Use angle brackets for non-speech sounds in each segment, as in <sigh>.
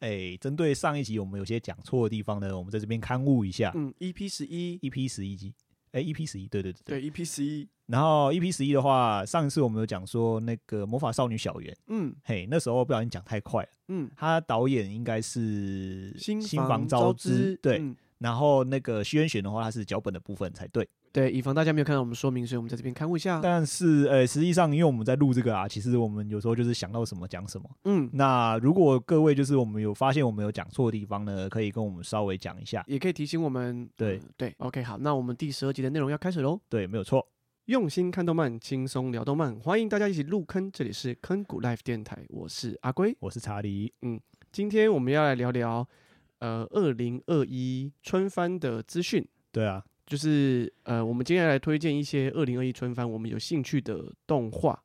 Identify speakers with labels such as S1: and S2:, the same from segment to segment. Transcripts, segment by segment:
S1: 哎，针对上一集我们有些讲错的地方呢，我们在这边刊物一下。
S2: 嗯，EP 十一，
S1: EP 十一集，哎，EP 十一，对对对
S2: 对，EP 十一，
S1: 然后 EP 十一的话，上一次我们有讲说那个魔法少女小圆，
S2: 嗯
S1: 嘿，那时候不小心讲太快了。
S2: 嗯，
S1: 他导演应该是
S2: 新
S1: 房
S2: 招
S1: 之，对。
S2: 嗯
S1: 然后那个徐渊玄的话，他是脚本的部分才对。
S2: 对，以防大家没有看到我们说明，所以我们在这边刊物一下。
S1: 但是呃，实际上因为我们在录这个啊，其实我们有时候就是想到什么讲什么。
S2: 嗯，
S1: 那如果各位就是我们有发现我们有讲错的地方呢，可以跟我们稍微讲一下。
S2: 也可以提醒我们。
S1: 对
S2: 呃对，OK，好，那我们第十二集的内容要开始喽。
S1: 对，没有错。
S2: 用心看动漫，轻松聊动漫，欢迎大家一起入坑。这里是坑谷 Life 电台，我是阿龟。
S1: 我是查理。
S2: 今天我们要来聊聊，呃，二零二一春番的资讯，
S1: 对啊，
S2: 就是呃，我们今天来推荐一些二零二一春番我们有兴趣的动画。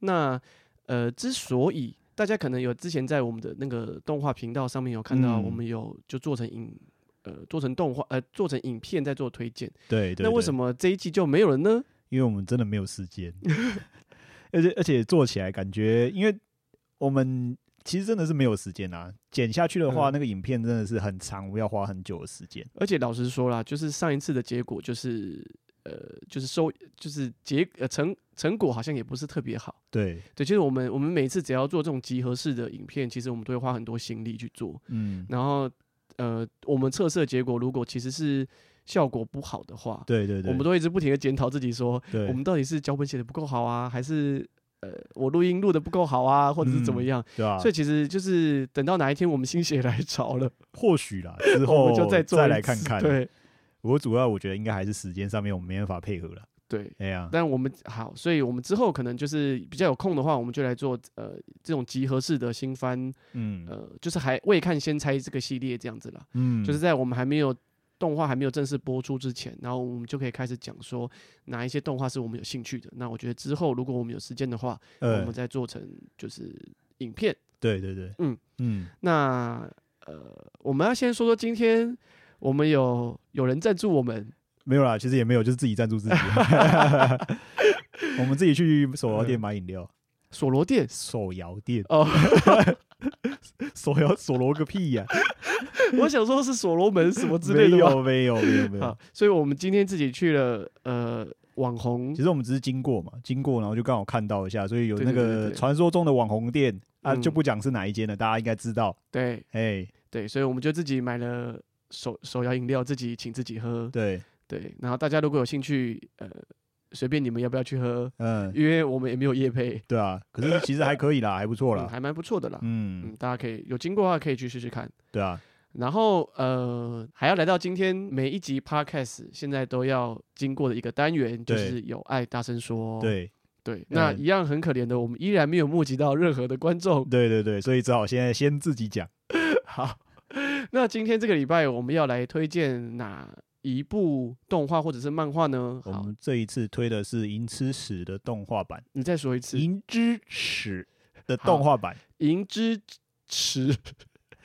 S2: 那呃，之所以大家可能有之前在我们的那个动画频道上面有看到，
S1: 嗯
S2: 我们有就做成影。呃，做成动画，呃，做成影片在做推荐，
S1: 对对
S2: 那为什
S1: 么？
S2: 么这一季就没有了呢？
S1: 因为我们真的没有时间， <laughs> 而且而且做起来感觉，因为我们其实真的是没有时间啊。剪下去的话，
S2: 嗯
S1: 那个影片真的是很长，我们要花很久的时间。
S2: 而且老实说啦，就是上一次的结果就是，呃，就是收，就是结呃成成果好像也不是特别好。
S1: 对，
S2: 对，就是我们我们每次只要做这种集合式的影片，其实我们都会花很多心力去做。
S1: 嗯，
S2: 然后，呃，我们测试的结果如果其实是效果不好的话，
S1: 对对对，
S2: 我们都会一直不停的检讨自己说，
S1: 对
S2: 我们到底是脚本写的不够好啊，还是呃我录音录的不够好啊，或者是怎么
S1: 嗯
S2: 样？
S1: 对啊，
S2: 所以其实就是等到哪一天我们心血来潮了，
S1: 或许啦，之
S2: <laughs> 我
S1: 后
S2: 们就再做
S1: 哦再
S2: 一
S1: 来
S2: 次
S1: 看看。，
S2: 对
S1: 我主要我觉得应该还是时间上面我们没办法配合了。
S2: 对，
S1: 哎呀，
S2: 但我们好，所以我们之后可能就是比较有空的话，我们就来做呃这种集合式的新番，
S1: 嗯
S2: 呃，就是还未看先猜这个系列这样子啦。
S1: 嗯，
S2: 呃就是在我们还没有动画还没有正式播出之前，然后我们就可以开始讲说哪一些动画是我们有兴趣的。那我觉得之后如果我们有时间的话，我
S1: 呃
S2: 们，再做成就是影片。
S1: 对对对，
S2: 嗯
S1: 嗯，
S2: 那呃，我们要先说说今天我们有有人赞助我们，
S1: 没有啦，其实也没有，就是自己赞助
S2: <laughs>
S1: 自己。我们自己去手摇店买饮料，
S2: 嗯索罗店
S1: 手摇店，
S2: 哦， <laughs>
S1: 手摇手罗个屁呀！
S2: 我想说是所罗门什么 <laughs> 之
S1: 没
S2: 类的吧。
S1: 有没有没有没有
S2: 好，，所以我们今天自己去了呃网红
S1: 其，实我们只是经过嘛，经过然后就刚好看到一下，所以有
S2: 对
S1: 那
S2: 对对对
S1: 个
S2: 对
S1: 传说中的网红店啊，
S2: 嗯
S1: 就不讲是哪一间了，大家应该知道。
S2: 对
S1: 哎，
S2: 对，所以我们就自己买了手手摇饮料，自己请自己喝，
S1: 对，
S2: 对，然后大家如果有兴趣，呃，随便你们要不要去喝，
S1: 嗯，
S2: 因为我们也没有业配，
S1: 对啊，可是其实还可以啦，还不错
S2: 嗯、
S1: 啦。
S2: 还蛮不错的啦，
S1: 嗯，
S2: 嗯，大家可以有经过的话可以去试试看。
S1: 对啊，
S2: 然后呃，还要来到今天每一集 podcast 现在都要经过的一个单元，就
S1: 对
S2: 是有爱大声说。
S1: 对
S2: 对，那
S1: 嗯
S2: 一样很可怜的，我们依然没有募集到任何的观
S1: <laughs>
S2: 众。
S1: 对对对，所以只好现在先自己讲。
S2: 好，那今天这个礼拜我们要来推荐哪一部动画或者是漫画呢？
S1: 我
S2: 好，
S1: 们这一次推的是《银之匙》的动画版，
S2: 你再说一
S1: 《
S2: 次，《
S1: 银之匙》的动画版。
S2: 银之匙》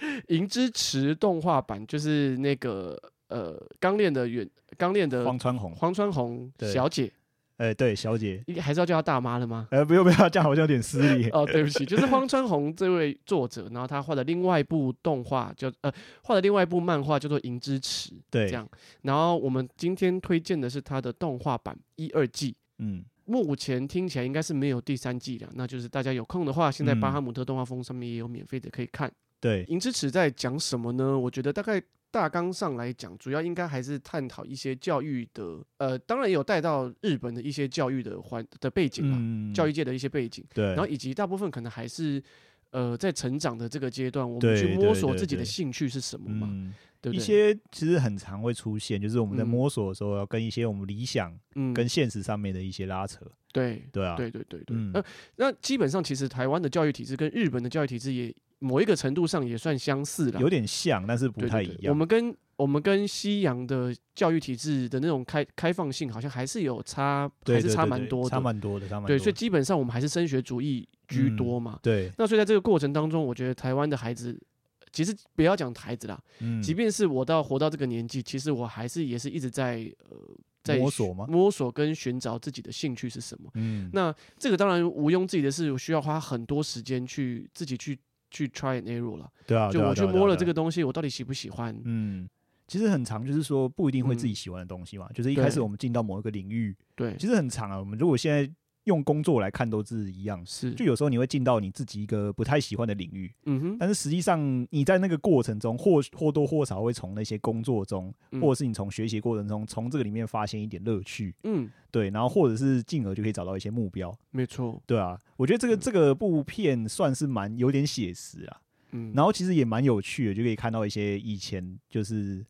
S2: 《银之匙》动画版就是那个呃刚练的远刚练的
S1: 荒川弘，
S2: 黄川红
S1: 对
S2: 小姐，
S1: 哎，对，小姐，
S2: 应该还是要叫她大妈了吗？
S1: 呃，不用不要，这样好像有点失礼。
S2: <laughs> 哦，对不起，就是荒川弘这位作者，然后他画的另外一部动画叫呃，画的另外一部漫画叫做《银之匙》，
S1: 对
S2: 这，样。然后我们今天推荐的是他的动画版一二季，
S1: 嗯，
S2: 目前听起来应该是没有第三季了，那就是大家有空的话，现在
S1: 嗯
S2: 巴哈姆特动画风上面也有免费的可以看。
S1: 对，
S2: 银之匙在讲什么呢？我觉得大概大纲上来讲，主要应该还是探讨一些教育的，呃，当然也有带到日本的一些教育的环的背景啦，
S1: 嗯，
S2: 教育界的一些背景，
S1: 对，
S2: 然后以及大部分可能还是。呃，在成长的这个阶段，我们
S1: 对
S2: 去摸
S1: 对
S2: 索
S1: 对
S2: 自己的
S1: 对
S2: 兴趣是什么嘛，
S1: 嗯，
S2: 对
S1: 一
S2: 不对？
S1: 些其实很常会出现，就是我们在
S2: 嗯
S1: 摸索的时候，要跟一些我们理想
S2: 嗯，
S1: 跟现实上面的一些拉扯，
S2: 对
S1: 对啊，
S2: 对对对对，
S1: 嗯
S2: 呃，那基本上其实台湾的教育体制跟日本的教育体制也某一个程度上也算相似啦，
S1: 有点像，但是不
S2: 对
S1: 太
S2: 啊对
S1: 一
S2: 对我
S1: 样。
S2: 们跟我们跟西洋的教育体制的那种开开放性，好像还是有差，
S1: 对，
S2: 还是
S1: 对
S2: 差
S1: 对
S2: 蛮
S1: 对
S2: 多的。
S1: 差蛮多的，差蛮多
S2: 对，
S1: 的。
S2: 所以基本上我们还是升学主义居
S1: 嗯
S2: 多嘛。
S1: 对，
S2: 那所以在这个过程当中，我觉得台湾的孩子。其实不要讲孩子啦，
S1: 嗯，
S2: 即便是我到活到这个年纪，其实我还是也是一直在呃在
S1: 摸
S2: 寻
S1: 索吗
S2: 摸索跟寻找自己的兴趣是什么。
S1: 嗯，
S2: 那这个当然毋庸置疑的是，需要花很多时间去自己去去 try and error 了。
S1: 对啊，
S2: 就
S1: 对啊
S2: 我去
S1: 对啊对啊
S2: 摸了
S1: 对啊
S2: 这个东西，我到底喜不喜欢？
S1: 嗯，其实很长，就是说不一定会自己喜欢的东西嘛。就是一开始
S2: 嗯对
S1: 我们进到某一个领域，
S2: 对，
S1: 其实很长啊。我们如果现在用工作来看，都是一样。
S2: 是
S1: 就，有时候你会进到你自己一个不太喜欢的领域，
S2: 嗯哼，
S1: 但是实际上你在那个过程中或或多或少会从那些工作中，
S2: 嗯
S1: 或者是你从学习过程中，从这个里面发现一点乐趣，
S2: 嗯，
S1: 对，然后或者是进而就可以找到一些目标，
S2: 没错，
S1: 对啊，我觉得这个
S2: 嗯
S1: 这个部片算是蛮有点写实啊，
S2: 嗯，
S1: 然后其实也蛮有趣的，就可以看到一些以前就是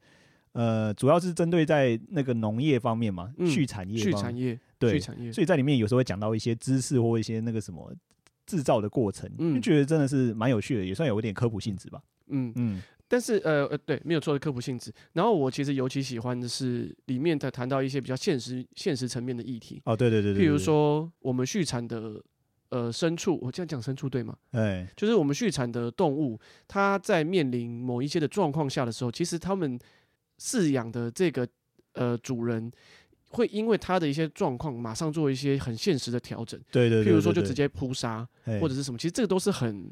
S1: 呃，主要是针对在那个农业方面嘛，
S2: 嗯
S1: 畜产业
S2: 去
S1: 方
S2: 产
S1: 面，
S2: 业，去
S1: 对，
S2: 产业，
S1: 所以在里面有时候会讲到一些知识或一些那个什么制造的过程，
S2: 嗯
S1: 就觉得真的是蛮有趣的，也算有一点科普性质吧。
S2: 嗯，
S1: 嗯
S2: 但是呃呃，对，没有错的科普性质。然后我其实尤其喜欢的是里面在谈到一些比较现实、现实层面的议题，
S1: 哦，对对对对，
S2: 譬如
S1: 对，
S2: 说我们畜产的呃牲畜，我这样讲牲畜对吗？
S1: 哎，
S2: 就是我们畜产的动物，它在面临某一些的状况下的时候，其实它们饲养的这个呃主人会因为它的一些状况，马上做一些很现实的调整，
S1: 对对，哎
S2: 譬如说就直接扑杀
S1: 接
S2: 或者是什么，其实这个都是很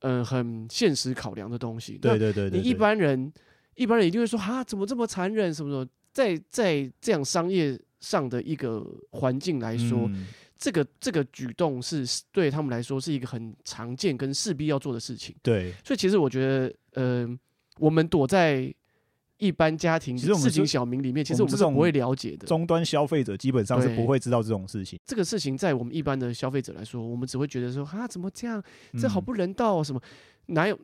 S2: 呃很现实考量的东西。那
S1: 对对对对，
S2: 你一
S1: 对
S2: 般人，一般人一定会说哈，怎么这么残忍？什么什么？在在这样商业上的一个环境来说，
S1: 嗯
S2: 这个这个举动是是对他们来说是一个很常见跟势必要做的事情。
S1: 对，
S2: 所以其实我觉得，呃，我们躲在一般家庭、
S1: 其实我们
S2: 市井
S1: 这
S2: 小民里面，其
S1: 我
S2: 实
S1: 们
S2: 我们
S1: 这
S2: 是
S1: 种
S2: 不会了解的。
S1: 终端消费者基本上是
S2: 对
S1: 不会知道这种事情，
S2: 这个事情在我们一般的消费者来说，我们只会觉得说哈，怎么这样？这好
S1: 嗯
S2: 不人道、哦，什么？哪有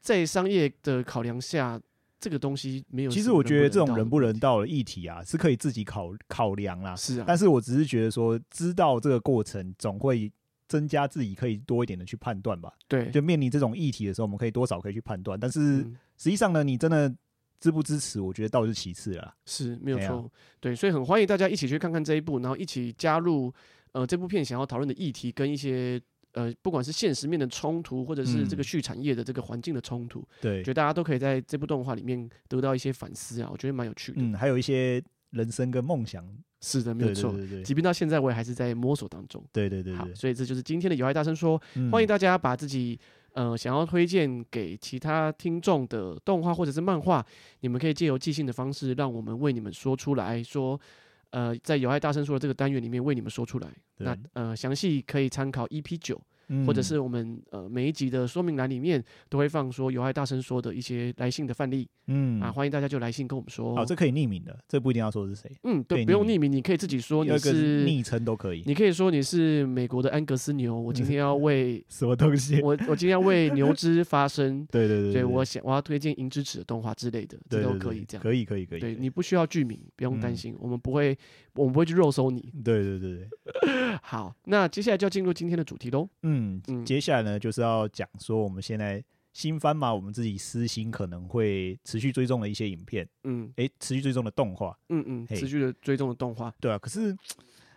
S2: 在商业的考量下，这个东西没有什么人不人道的问题？
S1: 其实我觉得这种人不人道的议题啊，是可以自己考考量啦。
S2: 是啊，
S1: 但是我只是觉得说，知道这个过程总会增加自己可以多一点的去判断吧。
S2: 对，
S1: 就面临这种议题的时候，我们可以多少可以去判断。但是
S2: 嗯
S1: 实际上呢，你真的支不支持，我觉得倒是其次了啦。
S2: 是没有
S1: 哎呀
S2: 错，对，所以很欢迎大家一起去看看这一部，然后一起加入呃这部片想要讨论的议题跟一些。呃，不管是现实面的冲突，或者是这个
S1: 嗯
S2: 畜产业的这个环境的冲突，
S1: 对
S2: 觉，得大家都可以在这部动画里面得到一些反思啊，我觉得蛮有趣的。
S1: 嗯，还有一些人生跟梦想，
S2: 是的，没有
S1: 对对
S2: 错。
S1: 对对
S2: 即便到现在，我也还是在摸索当中。
S1: 对对对
S2: 好
S1: 对，
S2: 所以这就是今天的有爱大声说，
S1: 嗯
S2: 欢迎大家把自己呃想要推荐给其他听众的动画或者是漫画，你们可以借由寄信的方式，让我们为你们说出来说。呃，在有爱大声说的这个单元里面为你们说出来，
S1: 对
S2: 那呃详细可以参考 EP 九、
S1: 嗯
S2: 或者是我们呃每一集的说明栏里面都会放说有爱大声说的一些来信的范例、
S1: 嗯
S2: 啊，欢迎大家就来信跟我们说。哦
S1: 好，这可以匿名的，这不一定要说是谁，
S2: 嗯，对，
S1: 对
S2: 不用
S1: 匿
S2: 匿名，你可以自己说
S1: 有
S2: 你
S1: 一个
S2: 是
S1: 昵称都可以，
S2: 你可以说你是美国的安格斯牛，我今天
S1: <laughs>
S2: 要为
S1: 什么东西？
S2: 我我今天要为牛只发声
S1: <laughs> ，对对对
S2: 所
S1: 对，
S2: 以我想我要推荐银之齿的动画之类的，这
S1: 对
S2: 都
S1: 对
S2: 可
S1: 对
S2: 以这样。
S1: 可以可以可以，
S2: 对你不需要剧名，不用担
S1: 嗯
S2: 心，我们不会我们不会去肉搜你。
S1: 对对对对，
S2: 好，那接下来就要进入今天的主题喽。
S1: 嗯，
S2: 嗯，
S1: 接下来呢，就是要讲说我们现在新番嘛，我们自己私心可能会持续追踪的一些影片，
S2: 嗯
S1: 诶，持续追踪的动画，
S2: 嗯嗯，
S1: 嘿
S2: 持续的追踪的动画，
S1: 对啊。可是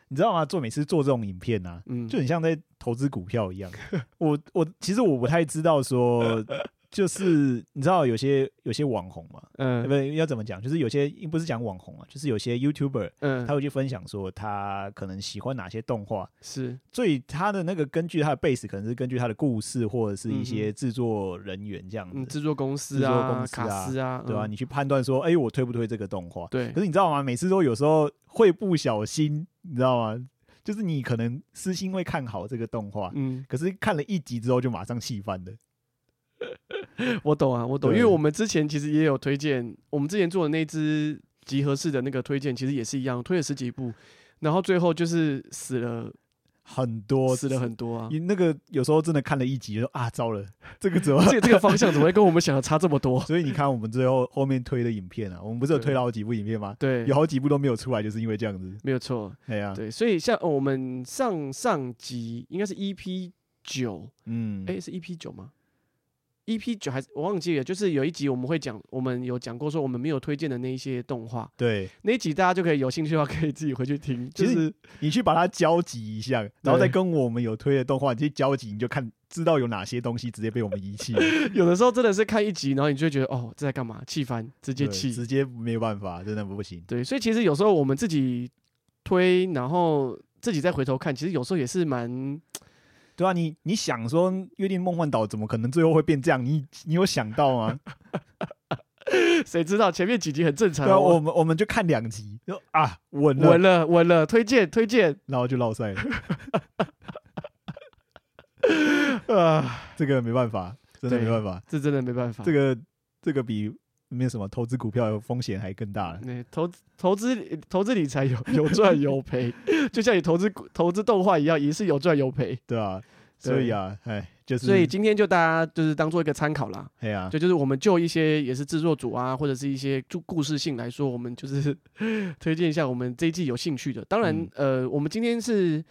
S1: 你知道吗？做每次做这种影片啊，
S2: 嗯，
S1: 就很像在投资股票一
S2: <laughs>
S1: 样。我我其实我不太知道说，就是你知道有些有些网红嘛，
S2: 嗯
S1: 不要怎么讲，就是有些不是讲网红啊，就是有些 YouTuber
S2: 嗯，
S1: 他会去分享说他可能喜欢哪些动画，
S2: 是
S1: 所以他的那个根据他的 base 可能是根据他的故事或者是一些
S2: 嗯
S1: 制作人员这样
S2: 嗯
S1: 子，
S2: 制作公
S1: 制
S2: 司
S1: 作
S2: 啊、
S1: 公司
S2: 卡
S1: 啊
S2: 司啊，
S1: 对吧、
S2: 嗯
S1: 你去判断说，哎，我推不推这个动画？
S2: 对
S1: 可是你知道吗？每次都有时候会不小心，你知道吗？就是你可能私心会看好这个动画，
S2: 嗯，
S1: 可是看了一集之后就马上弃番的。
S2: 我懂啊，我懂，因为
S1: 对
S2: 我们之前其实也有推荐，我们之前做的那支集合式的那个推荐，其实也是一样，推了十几部，然后最后就是死了，
S1: 很多
S2: 死了很多啊。
S1: 你那个有时候真的看了一集就啊，糟了，这个怎么？
S2: 这个这个方向怎么会跟我们想的差这么多？
S1: <laughs> 所以你看我们最后后面推的影片啊，我们不是有
S2: 对
S1: 推了好几部影片吗？
S2: 对
S1: 有，好几部都没有出来，就是因为这样子。
S2: 没有错，
S1: 哎呀，
S2: 对，所以像呃我们上上集应该是 EP 九，
S1: 嗯，
S2: 哎，是 EP 九吗？EP 九还是我忘记了，就是有一集我们会讲，我们有讲过说我们没有推荐的那一些动画，
S1: 对，
S2: 那一集大家就可以有兴趣的话可以自己回去听。就
S1: 其
S2: 是
S1: 实你去把它交集一下，然后再跟我们有推的动画你去交集，你就看知道有哪些东西直接被我们遗弃， <laughs>
S2: 有的时候真的是看一集，然后你就会觉得哦，这在干嘛？气翻，直接
S1: 对
S2: 气。
S1: 直接没有办法，真的不行。
S2: 对，所以其实有时候我们自己推，然后自己再回头看，其实有时候也是蛮
S1: <laughs>
S2: <laughs>
S1: 对啊，你你想说《约定梦幻岛》怎么可能最后会变这样？你你有想到 <laughs> 吗？
S2: 谁知道前面几集很正常
S1: 对啊，
S2: 好不好，
S1: 我们我们就看两集，就啊稳了，
S2: 稳了稳了，推荐推荐
S1: 然后就落赛 <laughs> 了，
S2: 啊，
S1: 这个没办法，真的
S2: 对
S1: 没办法，
S2: 这真的没办法。 <laughs>
S1: 这个这个比没有什么投资股票风险还更大了。
S2: 那投资投资投资理财有有赚有赔，就像你投资股投资动画一样，也是有赚有赔。
S1: 对啊，所以啊，哎，就是，
S2: 所以今天就大家就是当做一个参考啦，
S1: 哎呀、
S2: 对，就是我们就一些也是制作组啊，或者是一些故故事性来说，我们就是 <laughs> 推荐一下我们这一季有兴趣的。当然，呃，我们今天是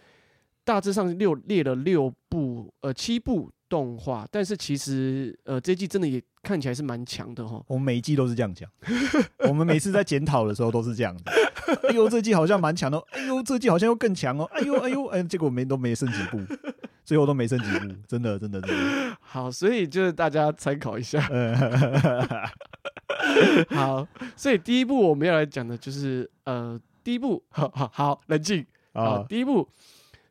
S2: 大致上六列了六部，呃，七部动画，但是其实呃这一季真的也看起来是蛮强的哈。
S1: 我们每一季都是这样讲， <laughs> 我们每次在检讨的时候都是这样的。哎呦，这季好像蛮强的哦，哎呦，这季好像又更强哦，哎呦，哎呦，哎，结果没都没剩几步，最后都没剩几步，真的，真的，真的。
S2: <laughs> 好，所以就是大家参考一下。 <laughs>
S1: 呃，
S2: 好，所以第一部我们要来讲的就是呃，第一部， <laughs> 好好好，冷静啊，
S1: 啊，
S2: 第一部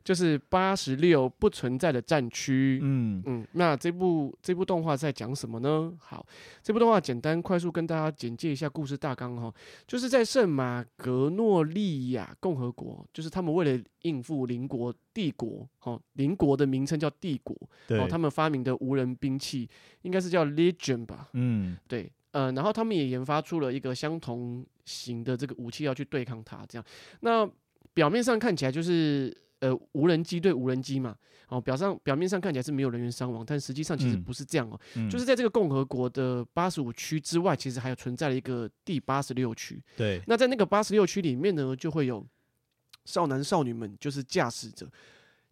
S2: 就是八十六不存在的战区。
S1: 嗯，
S2: 嗯，那这部这部动画在讲什么呢？好，这部动画简单快速跟大家简介一下故事大纲哈，就是在圣马格诺利亚共和国，就是他们为了应付邻国帝国，哦，邻国的名称叫帝国，
S1: 对
S2: 哦，，他们发明的无人兵器应该是叫 Legion 吧？
S1: 嗯，
S2: 对，呃，然后他们也研发出了一个相同型的这个武器要去对抗它，这样。那表面上看起来就是呃无人机对无人机嘛，哦，表上表面上看起来是没有人员伤亡，但实际上其实
S1: 嗯
S2: 不是这样哦，
S1: 嗯
S2: 就是在这个共和国的八十五区之外，其实还有存在了一个第八十六区。
S1: 对，
S2: 那在那个八十六区里面呢，就会有少男少女们就是驾驶着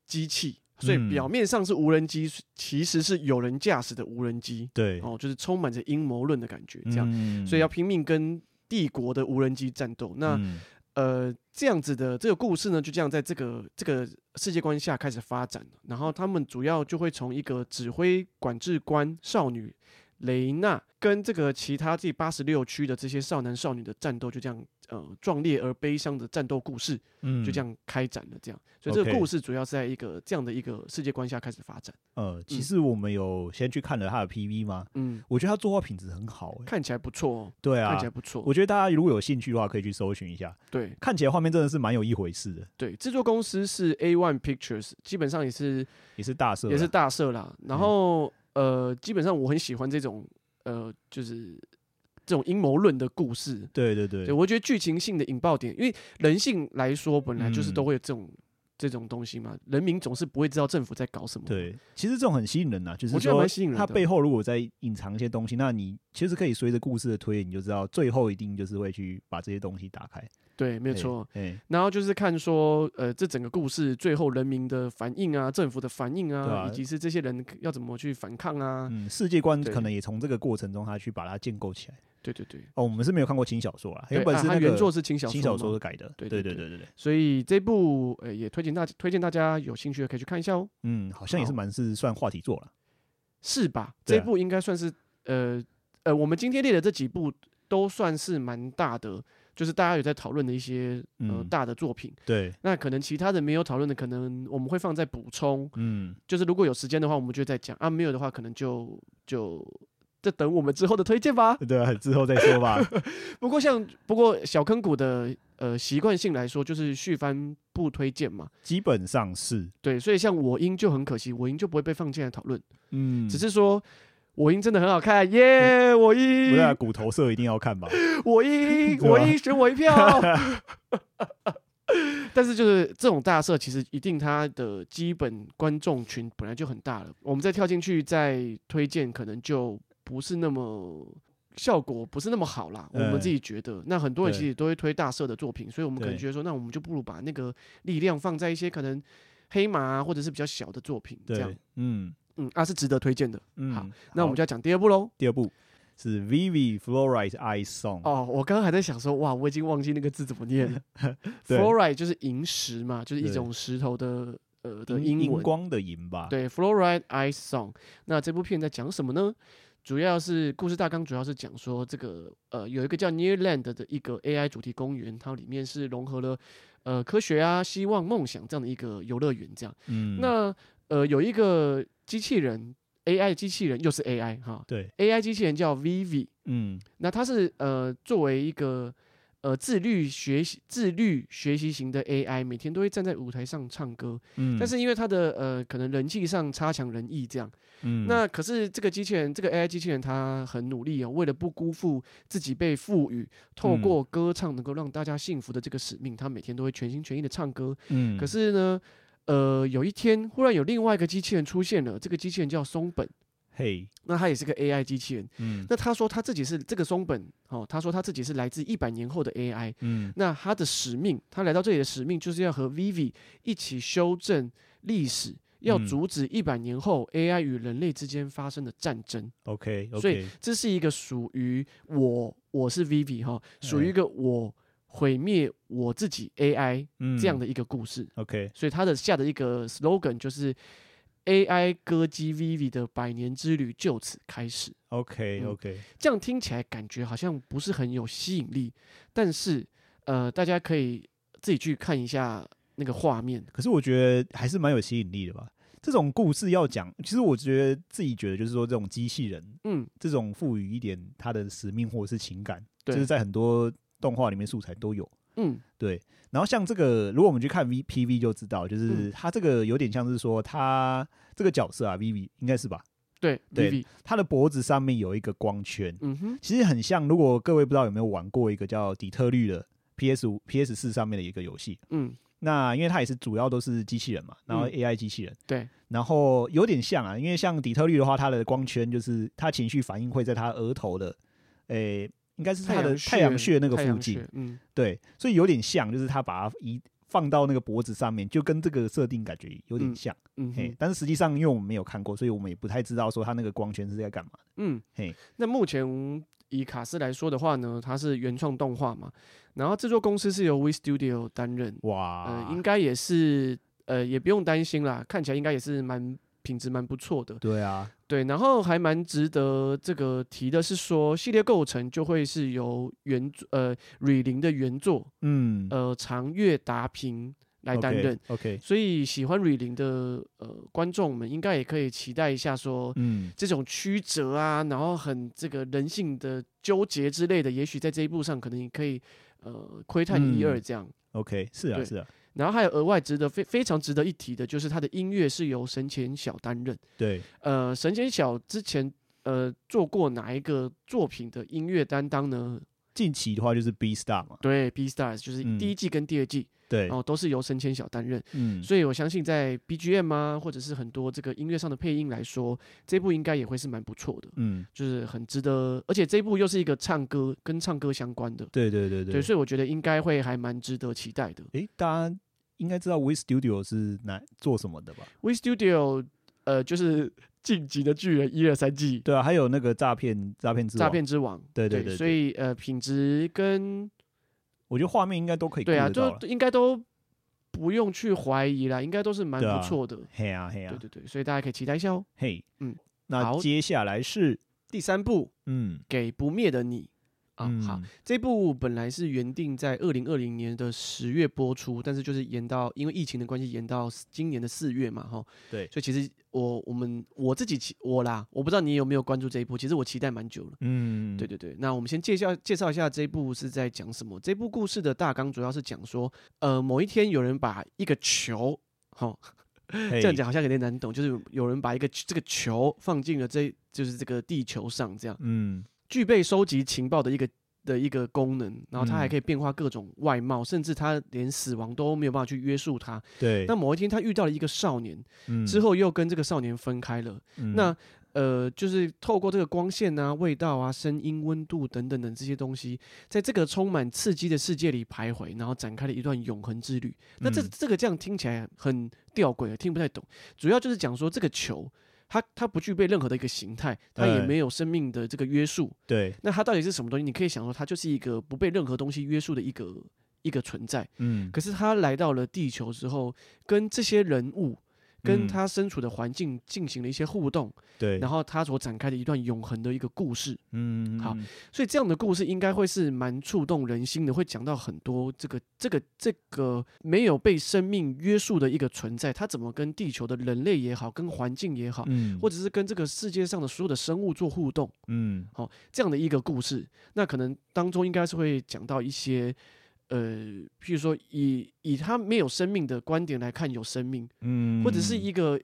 S2: 机器。所以
S1: 嗯
S2: 表面上是无人机，其实是有人驾驶的无人机
S1: 对，
S2: 哦，就是充满着阴谋论的感觉，这样。
S1: 嗯
S2: 所以要拼命跟帝国的无人机战斗。那、
S1: 嗯
S2: 呃，这样子的这个故事呢，就这样在这个这个世界观下开始发展了。然后他们主要就会从一个指挥管制官少女雷娜跟这个其他第八十六区的这些少男少女的战斗，就这样呃壮烈而悲伤的战斗故事
S1: 嗯
S2: 就这样开展了。这样，所以这个
S1: OK
S2: 故事主要是在一个这样的一个世界观下开始发展。
S1: 呃，其实我们有先去看了他的 PV 吗？
S2: 嗯，
S1: 我觉得他作画品质很好、欸，
S2: 看起来不错哦，
S1: 对
S2: 看
S1: 啊
S2: 起来，不错。
S1: 我觉得大家如果有兴趣的话，可以去搜寻一下，
S2: 对，
S1: 看起来画面真的是蛮有一回事的，
S2: 对，制作公司是 A One Pictures，基本上也是
S1: 也是大社，
S2: 也是，大社啦。
S1: 嗯
S2: 然后、呃，基本上我很喜欢这种呃，就是这种阴谋论的故事。
S1: 对对对
S2: 对，，我觉得剧情性的引爆点，因为人性来说，本来就是
S1: 嗯
S2: 都会有这种、这种东西嘛，人民总是不会知道政府在搞什么。，
S1: 对，其实这种很吸引人呐、就是
S2: 我觉得
S1: 说
S2: 蛮吸引人
S1: 它
S2: 的。
S1: 背后如果在隐藏一些东西，那你其实可以随着故事的推演，你就知道最后一定就是会去把这些东西打开。
S2: 对，没
S1: 没
S2: 有错。，啊
S1: 哎，
S2: 然后就是看说，呃，这整个故事最后人民的反应啊，政府的反应
S1: 对
S2: 啊，
S1: 啊
S2: 以及是这些人要怎么去反抗啊。
S1: 嗯，世界观
S2: 对
S1: 可能也从这个过程中，他去把它建构起来。
S2: 对对对，
S1: 哦，我们是没有看过轻小说啦，原
S2: 对
S1: 本
S2: 啊
S1: 是
S2: 它
S1: 那个
S2: 原作是轻小
S1: 轻小
S2: 嘛
S1: 说改的。
S2: 对对
S1: 对
S2: 对
S1: 对对对，
S2: 所以这部呃也推荐大推荐大家有兴趣的可以去看一下哦，
S1: 嗯，好像也是
S2: 好
S1: 蛮是算话题作了。
S2: 是吧？
S1: 对
S2: 这
S1: 啊
S2: 部应该算是呃呃我们今天列的这几部都算是蛮大的，就是大家有在讨论的一些呃
S1: 嗯
S2: 大的作品。 <laughs>
S1: 对，
S2: 那可能其他的没有讨论的，可能我们会放在补充，
S1: 嗯，
S2: 就是如果有时间的话，我们就再讲啊；没有的话，可能就就就等我们之后的推荐吧。
S1: 对啊，之后再说吧。
S2: 不过像不过小坑谷的呃习惯性来说，就是续番不推荐嘛。
S1: 基本上是，
S2: 对，所以像我音就很可惜，我音就不会被放进来讨论。
S1: 嗯，
S2: <laughs> 只是说我音真的很好看，耶！我
S1: 不
S2: 音
S1: 是，啊骨头社一定要看吧？
S2: 我
S1: <laughs> 对
S2: 音，
S1: 吧
S2: 我音选我
S1: <laughs>
S2: 一票。但是就是这种大社，其实一定它的基本观众群本来就很大了，我们再跳进去再推荐，可能就不是那么。效果不是那么好啦，我
S1: 嗯
S2: 们自己觉得。那很多人
S1: 对
S2: 其实都会推大社的作品，所以我们可能
S1: 对
S2: 觉得说，那我们就不如把那个力量放在一些可能黑马啊，或者是比较小的作品这样
S1: 对。，嗯
S2: 嗯，啊是值得推荐的。
S1: 嗯，
S2: 好那我们
S1: 就
S2: 就要讲第二部喽。
S1: 第二部是 Vivi Fluorite Eye Song。
S2: 哦，我刚刚还在想说，哇，我已经忘记那个字怎么念了。
S1: <laughs> 对
S2: <laughs> fluoride 就是萤石嘛，就是一
S1: 对
S2: 种石头的呃的
S1: 荧
S2: 英
S1: 嗯荧
S2: 文。
S1: 光的银吧？，
S2: 对，fluoride ice song。那这部片在讲什么呢？主要是故事大纲，主要是讲说这个呃，有一个叫 Nearland 的一个 AI 主题公园，它里面是融合了呃科学啊、希望、梦想这样的一个游乐园，这样。
S1: 嗯，
S2: 那呃，有一个机器人 AI 机器人，又是 AI 哈
S1: 对，
S2: ，AI 机器人叫 Vivi，
S1: 嗯
S2: 那它是呃作为一个呃自律学习自律学习型的 AI，每天都会站在舞台上唱歌，
S1: 嗯，
S2: 但是因为它的呃可能人气上差强人意这样，
S1: 嗯
S2: 那可是这个机器人，这个 AI 机器人，它很努力哦，为了不辜负自己被赋予透
S1: 嗯
S2: 过歌唱能够让大家幸福的这个使命，它每天都会全心全意的唱歌。
S1: 嗯，
S2: 可是呢，呃，有一天忽然有另外一个机器人出现了，这个机器人叫松本，
S1: 嘿，
S2: 那它也是个 AI 机器人。
S1: 嗯
S2: 那他说他自己是这个松本哦，他说他自己是来自一百年后的 AI。
S1: 嗯
S2: 那他的使命，他来到这里的使命就是要和 Vivi 一起修正历史，要
S1: 嗯
S2: 阻止一百年后 AI 与人类之间发生的战争。
S1: ，OK
S2: 所以
S1: OK，
S2: 这是一个属于我，我是 Vivi 哈，属于
S1: 哎
S2: 一个我毁灭我自己 AI
S1: 嗯
S2: 这样的一个故事。
S1: OK，
S2: 所以他的下的一个 slogan 就是 AI 歌姬 Vivi 的百年之旅就此开始。
S1: OK
S2: 嗯
S1: OK，
S2: 这样听起来感觉好像不是很有吸引力，但是呃，大家可以自己去看一下那个画面。
S1: 可是我觉得还是蛮有吸引力的吧。这种故事要讲，其实我觉得自己觉得就是说，这种机器人
S2: 嗯，
S1: 这种赋予一点他的使命或者是情感，就
S2: 对，
S1: 是在很多动画里面素材都有。
S2: 嗯
S1: 对，然后像这个，如果我们去看 V P V 就知道，
S2: 嗯
S1: 就是他这个有点像是说，他这个角色啊，V V 应该是吧？
S2: 对
S1: 对
S2: Vivi，
S1: 他的脖子上面有一个光圈，
S2: 嗯哼，
S1: 其实很像。如果各位不知道有没有玩过一个叫《底特律》的 P S 五、P S 四上面的一个游戏，
S2: 嗯
S1: 那因为它也是主要都是机器人嘛，然后
S2: 嗯
S1: A I 机器人，
S2: 对，
S1: 然后有点像啊，因为像底特律的话，它的光圈就是它情绪反应会在它额头的，诶、应该是它的太阳穴那个
S2: 太
S1: 附
S2: 阳
S1: 近
S2: 穴，嗯
S1: 对，所以有点像，就是它把它移放到那个脖子上面，就跟这个设定感觉有点
S2: 嗯
S1: 像，
S2: 嗯
S1: 嘿
S2: 哼，
S1: 但是实际上因为我们没有看过，所以我们也不太知道说它那个光圈是在干嘛的，
S2: 嗯
S1: 嘿，
S2: 那目前以卡斯来说的话呢，它是原创动画嘛，然后制作公司是由 We Studio 担任，
S1: 哇，
S2: 呃，应该也是呃也不用担心啦，看起来应该也是蛮品质蛮不错的。
S1: 对啊，
S2: 对，然后还蛮值得这个提的是说，系列构成就会是由原作呃蕊林的原作
S1: 嗯，
S2: 呃长月达平来担任。
S1: ，OK，, o k
S2: 所以喜欢蕊林的呃观众们，应该也可以期待一下说，
S1: 嗯，
S2: 这种曲折啊，然后很这个人性的纠结之类的，也许在这一部上可能也可以呃窥探一二
S1: 嗯
S2: 这样。
S1: OK，是啊，
S2: 对
S1: 是啊，
S2: 然后还有额外值得非非常值得一提的，就是他的音乐是由神前晓担任。
S1: 啊对，
S2: 呃，神仙小之前呃做过哪一个作品的音乐担当呢？
S1: 近期的话就是 B Star 嘛，
S2: 对，B Stars 就是
S1: 嗯
S2: 第一季跟第二季，
S1: 对
S2: 然，后都是由神仙小担任，
S1: 嗯，
S2: 哦所以我相信在 BGM 啊，或者是很多这个音乐上的配音来说，这部应该也会是蛮不错的，
S1: 嗯，
S2: 就是很值得，而且这部又是一个唱歌跟唱歌相关的，
S1: 对对对对
S2: 对，，所以我觉得应该会还蛮值得期待的。
S1: 诶，大家应该知道 We Studio 是哪做什么的吧？
S2: We Studio 呃就是晋级的巨人一二三季，
S1: 对啊，还有那个诈骗诈骗之
S2: 诈
S1: 王，
S2: 骗之王，
S1: 对对对
S2: 所以呃品质跟
S1: 我觉得画面应该都可以顾
S2: 对啊，
S1: 得到了。
S2: 就应该都不用去怀疑啦，应该都是蛮
S1: 对啊
S2: 不错的。
S1: 嘿啊嘿
S2: 对
S1: 啊，
S2: 对对，所以大家可以期待一下哦。
S1: 嘿，
S2: 嗯，
S1: 那
S2: 好
S1: 接下来是
S2: 第三部
S1: 嗯
S2: 《给不灭的你》啊，
S1: 嗯
S2: 好，这部本来是原定在二零二零年的十月播出，但是就是延到因为疫情的关系，延到今年的四月嘛，哈。
S1: 对
S2: 所以其实我我们我自己期我啦，我不知道你有没有关注这一部，其实我期待蛮久了。
S1: 嗯
S2: 对对对，那我们先介绍介绍一下这一部是在讲什么。这部故事的大纲主要是讲说，呃，某一天有人把一个球，哈，
S1: 对
S2: 这样讲好像有点难懂，就是有人把一个这个球放进了这就是这个地球上，这样
S1: 嗯
S2: 具备收集情报的一个的一个功能，然后它还
S1: 嗯
S2: 可以变化各种外貌，甚至它连死亡都没有办法去约束它。
S1: 对，
S2: 那某一天他遇到了一个少年，
S1: 嗯
S2: 之后又跟这个少年分开了，
S1: 嗯
S2: 那呃，就是透过这个光线啊、味道啊、声音、温度等等等这些东西，在这个充满刺激的世界里徘徊，然后展开了一段永恒之旅。那这
S1: 嗯
S2: 这个这样听起来很吊诡，听不太懂。主要就是讲说这个球，它它不具备任何的一个形态，它也
S1: 哎
S2: 没有生命的这个约束。
S1: 对，
S2: 那它到底是什么东西？你可以想说，它就是一个不被任何东西约束的一个一个存在。
S1: 嗯
S2: 可是他来到了地球之后，跟这些人物跟
S1: 嗯
S2: 他身处的环境进行了一些互动，
S1: 对，
S2: 然
S1: 后
S2: 后他所展开的一段永恒的一个故事。
S1: 嗯，
S2: 好
S1: 嗯，
S2: 所以这样的故事应该会是蛮触动人心的，会讲到很多这个这个这个没有被生命约束的一个存在，它怎么跟地球的人类也好，跟环境也好，
S1: 嗯，
S2: 或者是跟这个世界上的所有的生物做互动，
S1: 嗯
S2: 好这样的一个故事，那可能当中应该是会讲到一些。呃，譬如说以以他没有生命的观点来看有生命，
S1: 嗯，
S2: 或者是一个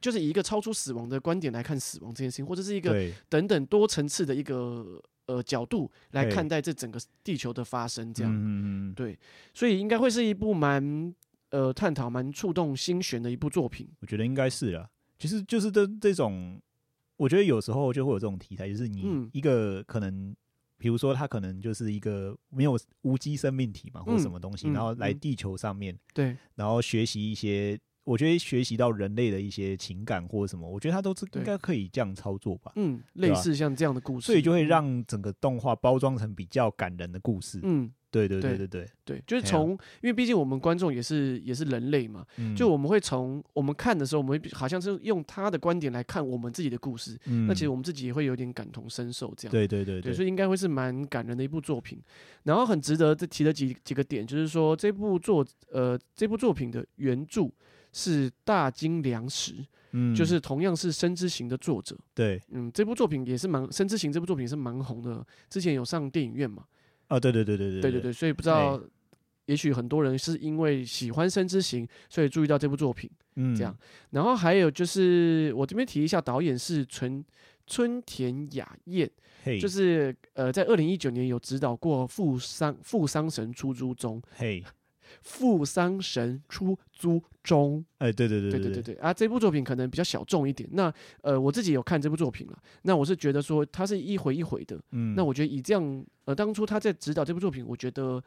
S2: 就是以一个超出死亡的观点来看死亡这件事情，或者是一个
S1: 对，
S2: 等等多层次的一个呃角度来
S1: 对
S2: 看待这整个地球的发生，这样、
S1: 嗯嗯嗯
S2: 对，所以应该会是一部蛮呃探讨蛮触动心弦的一部作品。
S1: 我觉得应该是啊。其实就是这这种，我觉得有时候就会有这种题材，就是你
S2: 嗯
S1: 一个可能，比如说它可能就是一个没有无机生命体嘛，或者什
S2: 嗯
S1: 么东西，
S2: 嗯
S1: 然后来
S2: 嗯
S1: 地球上面，
S2: 对
S1: 然后学习一些，我觉得学习到人类的一些情感或者什么，我觉得它都是应
S2: 对
S1: 该可以这样操作吧。
S2: 嗯，
S1: 对
S2: 类
S1: 啊
S2: 似像这样的故事，
S1: 所以就会让整个动画包装成比较感人的故事。
S2: 嗯。
S1: 对对对对
S2: 对
S1: 对，
S2: 对，就是
S1: 哎呀
S2: 从，因为毕竟我们观众也是也是人类嘛，
S1: 嗯
S2: 就我们会从我们看的时候，我们会好像是用他的观点来看我们自己的故事，那
S1: 那
S2: 其实我们自己也会有点感同身受这样。
S1: 嗯对对对
S2: 对，
S1: 对，
S2: 所以应该会是蛮感人的一部作品。然后很值得这提的几几个点，就是说这部作呃这部作品的原著是大金良实，
S1: 嗯
S2: 就是同样是《深之行》的作者。
S1: 对
S2: 嗯，这部作品也是蛮《深之行》这部作品也是蛮红的，之前有上电影院嘛？
S1: 啊，对对对对
S2: 对对
S1: 对
S2: 对，所以不知道。也许很多人是因为喜欢《深之行》，所以注意到这部作品。
S1: 嗯
S2: 这样然后还有就是，我这边提一下，导演是纯春田雅彦，
S1: 嘿，
S2: 就是是呃，在二零一九年有指导过《富商富商神出租中》，《
S1: 嘿，
S2: 富商神出租中》，
S1: 哎，对对对
S2: 对
S1: 对
S2: 对对对啊，这部作品可能比较小众一点。那呃，我自己有看这部作品了，那我是觉得说它是一回一回的。
S1: 嗯，
S2: 那我觉得以这样，呃，当初他在指导这部作品，我觉得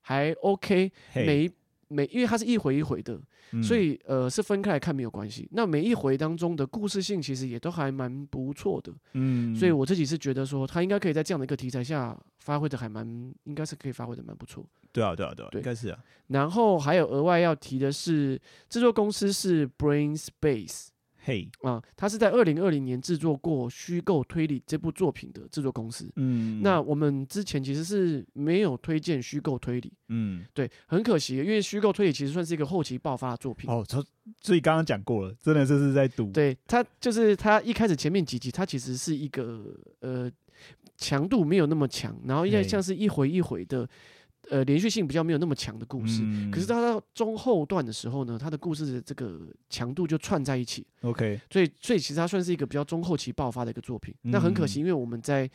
S2: 还 OK，
S1: 嘿嗯
S2: 每一每因为它是一回一回的，所以呃是分开来看没有关系。那每一回当中的故事性其实也都还蛮不错的。
S1: 嗯，嗯
S2: 所以我自己是觉得说，他应该可以在这样的一个题材下发挥的还蛮，应该是可以发挥的蛮不错。
S1: 对啊对啊对啊，
S2: 对
S1: 应该是啊，
S2: 然后还有额外要提的是，制作公司是 Brain Space
S1: 嘿，
S2: 啊，它是在二零二零年制作过《虚构推理》这部作品的制作公司。
S1: 嗯，
S2: 那我们之前其实是没有推荐虚构推理，
S1: 嗯，
S2: 对，很可惜，因为虚构推理其实算是一个后期爆发的作品。
S1: 哦，所所以刚刚讲过了，真的这是在赌，
S2: 对它就是它一开始前面几集，它其实是一个呃强度没有那么强，然后又
S1: 嘿
S2: 像是一回一回的，呃连续性比较没有那么强的故事。
S1: 嗯，
S2: 可是它到中后段的时候呢，它的故事的这个强度就串在一起，
S1: OK，
S2: 所以所以其实它算是一个比较中后期爆发的一个作品。那很
S1: 嗯
S2: 可惜，因为我们在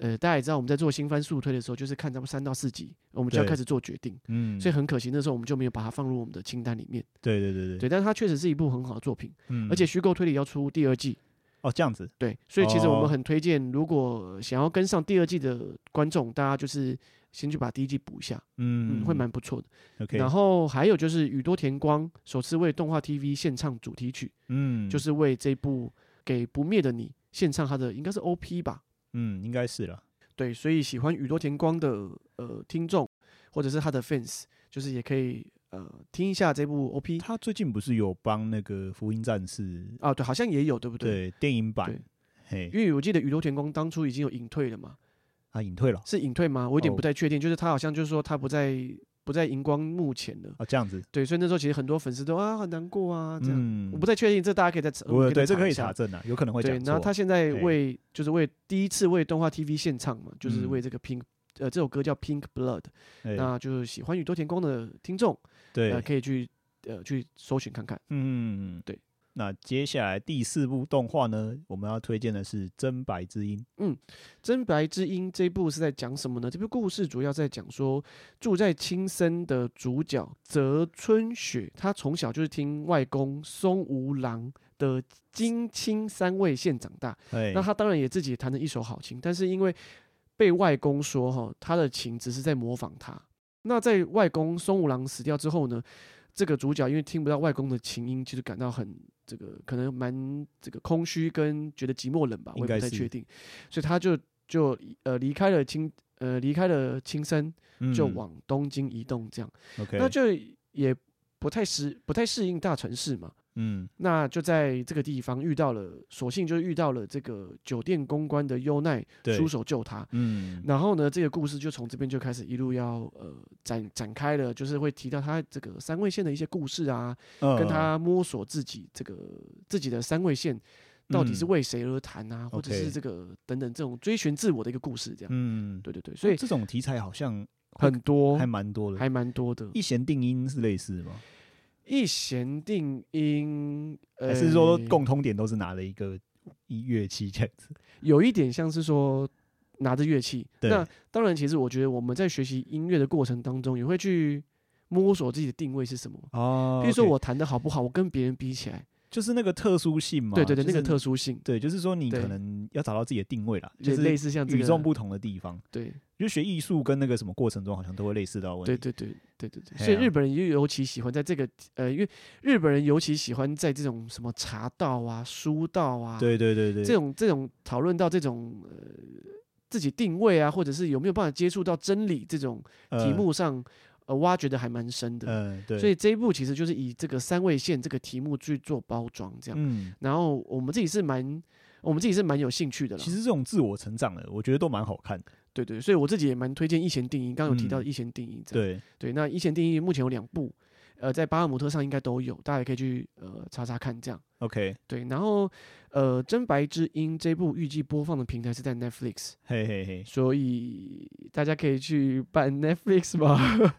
S2: 呃大家也知道我们在做新番速推的时候，就是看他们三到四集，我们就要
S1: 对
S2: 开始做决定，
S1: 嗯，
S2: 所以
S1: 以
S2: 很可惜那时候我们就没有把它放入我们的清单里面。
S1: 对对对对，
S2: 对，但是它确实是一部很好的作品。
S1: 嗯
S2: 而且虚构推理要出第二季，
S1: 哦这样子，
S2: 对，所以其实我
S1: 哦
S2: 们很推荐，如果想要跟上第二季的观众，大家就是先去把第一季补一下，嗯，
S1: 嗯，
S2: 会蛮不错的。
S1: OK，
S2: 然后还有就是宇多田光首次为动画 TV 献唱主题曲，
S1: 嗯
S2: 就是为这部《给不灭的你》献唱他的应该是 OP 吧？
S1: 嗯应该是了，
S2: 对，所以喜欢宇多田光的呃听众或者是他的 fans，就是也可以呃听一下这部 OP
S1: 他最近不是有帮那个福音战士
S2: 啊，对，好像也有对不对？
S1: 对电影
S2: 对
S1: 版，嘿
S2: 因，为我记得宇多田光当初已经有隐退了嘛，
S1: 他隐退了，
S2: 是隐退吗？我有点
S1: 哦
S2: 不太确定，就是他好像就是说他不在不在荧光幕前了，
S1: 哦这样子，
S2: 对，所以那时候其实很多粉丝都啊很难过啊这样，
S1: 嗯
S2: 我不太确定，这大家可以再查，我
S1: 我
S2: 们
S1: 对
S2: 再
S1: 这可
S2: 一
S1: 以
S2: 下
S1: 查。证啊，有可能会
S2: 对
S1: 讲，
S2: 然后
S1: 错
S2: 他现在
S1: 哎
S2: 为就是为第一次为动画 TV 献唱嘛，就是
S1: 嗯
S2: 为这个 Pink 呃这首歌叫 Pink Blood，
S1: 哎
S2: 那就是喜欢宇多田光的听众
S1: 对
S2: 呃，可以去呃去搜寻看看。
S1: 嗯，
S2: 对。
S1: 那接下来第四部动画呢，我们要推荐的是《真白之音》。
S2: 《真白之音》这一部是在讲什么呢？这部故事主要在讲说，住在青森的主角泽春雪，他从小就是听外公松吾郎的金青三味线长大。
S1: 哎，
S2: 那他当然也自己也弹了一手好琴，但是因为被外公说哈，他的琴只是在模仿他。那在外公松吾郎死掉之后呢，这个主角因为听不到外公的琴音，就是感到很这个可能蛮这个空虚跟觉得寂寞冷吧，
S1: 应
S2: 我也
S1: 该
S2: 不太
S1: 是
S2: 确定，所以他就就呃离开了青呃离开了青森，就
S1: 嗯
S2: 往东京移动这样，
S1: OK，
S2: 那就也不太适不太适应大城市嘛，
S1: 嗯
S2: 那就在这个地方遇到了，索性就遇到了这个酒店公关的优奈
S1: 对
S2: 出手救他。
S1: 嗯
S2: 然后呢，这个故事就从这边就开始一路要呃展展开了，就是会提到他这个三位线的一些故事啊，
S1: 呃
S2: 跟他摸索自己这个自己的三位线到底是
S1: 嗯
S2: 为谁而谈啊，或者
S1: OK
S2: 是这个等等这种追寻自我的一个故事，这样。
S1: 嗯，
S2: 对对对，所以
S1: 这种题材好像会
S2: 很多
S1: 还蛮多的。
S2: 还蛮多的。
S1: 一弦定音是类似吗？
S2: 一弦定音，
S1: 还
S2: 呃，
S1: 是说共通点都是拿了一个一乐器这样子？
S2: 有一点像是说拿着乐器。
S1: 对
S2: 那当然，其实我觉得我们在学习音乐的过程当中，也会去摸索自己的定位是什么。
S1: 哦
S2: 比如说
S1: OK
S2: 我弹的好不好，我跟别人比起来，
S1: 就是那个特殊性嘛，
S2: 对对对，
S1: 就
S2: 那
S1: 是
S2: 个特殊性，
S1: 对，就是说你
S2: 对
S1: 可能要找到自己的定位啦，
S2: 就
S1: 就是
S2: 类似像这
S1: 与
S2: 个
S1: 众不同的地方。
S2: 对
S1: 就学艺术跟那个什么过程中，好像都会类似到问题。
S2: 对对对对对对，
S1: 嘿
S2: 所以
S1: 啊
S2: 日本人又尤其喜欢在这个呃，因为日本人尤其喜欢在这种什么茶道啊、书道啊，
S1: 对对对对
S2: 这种这种讨论到这种呃自己定位啊，或者是有没有办法接触到真理这种
S1: 呃
S2: 题目上，呃，挖掘的还蛮深的。
S1: 嗯，对，
S2: 所以这一部其实就是以这个三位线这个题目去做包装，这样。
S1: 嗯，
S2: 然后我们自己是蛮，我们自己是蛮有兴趣的啦
S1: 其。实这种自我成长的，我觉得都蛮好看的。
S2: 对对，所以我自己也蛮推荐《一弦定音》，刚刚有提到《
S1: 嗯
S2: 一弦定音》这样。
S1: 对，
S2: 对，那《一弦定音》目前有两部，呃，在巴哈姆特上应该都有，大家也可以去呃查查看这样。
S1: OK，
S2: 对，然后呃，《真白之音》这部预计播放的平台是在 Netflix，
S1: 嘿嘿
S2: <laughs>
S1: 嘿，
S2: 所以大家可以去办 <laughs> Netflix 吧。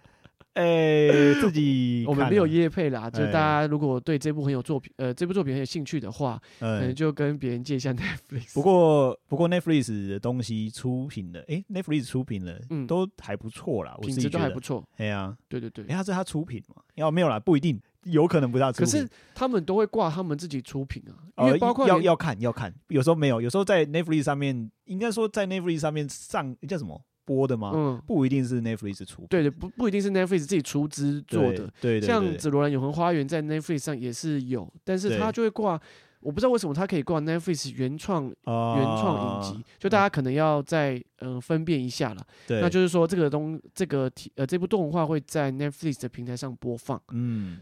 S1: 哎，自己
S2: 我们
S1: 看
S2: 没有
S1: 了，
S2: 业配啦，就是
S1: 哎
S2: 大家如果对这部很有作品，呃，这部作品很有兴趣的话，可能
S1: 嗯，
S2: 就跟别人借一下 Netflix。
S1: 不过不过 Netflix 的东西出品了，哎，Netflix 出品了，
S2: 嗯
S1: 都还不错啦，我
S2: 品
S1: 自己
S2: 质
S1: 觉
S2: 都还
S1: 得
S2: 不。错，
S1: 哎呀，
S2: 对对对
S1: 哎，。它是它出品嘛？要没有啦，不一定，有可能不大出
S2: 可
S1: 品。
S2: 是他们都会挂他们自己出品啊，因
S1: 呃
S2: 为包括
S1: 要
S2: 连
S1: 要看要看，有时候没有，有时候在 Netflix 上面，应该说在 Netflix 上面上叫什么播的吗？
S2: 嗯，
S1: 不一定是 Netflix 出
S2: 对对，不不一定是 Netflix 自己出资做
S1: 对
S2: 的，，
S1: 对对对
S2: 像
S1: 对
S2: 《紫罗兰永恒花园》在 Netflix 上也是有，但是它
S1: 对
S2: 就会挂，我不知道为什么它可以挂 Netflix 原创原
S1: 啊
S2: 创影集，就大家可能要再嗯、呃分辨一下了。
S1: 对，
S2: 那就是说这个东这个题呃这部动画会在 Netflix 的平台上播放，
S1: 嗯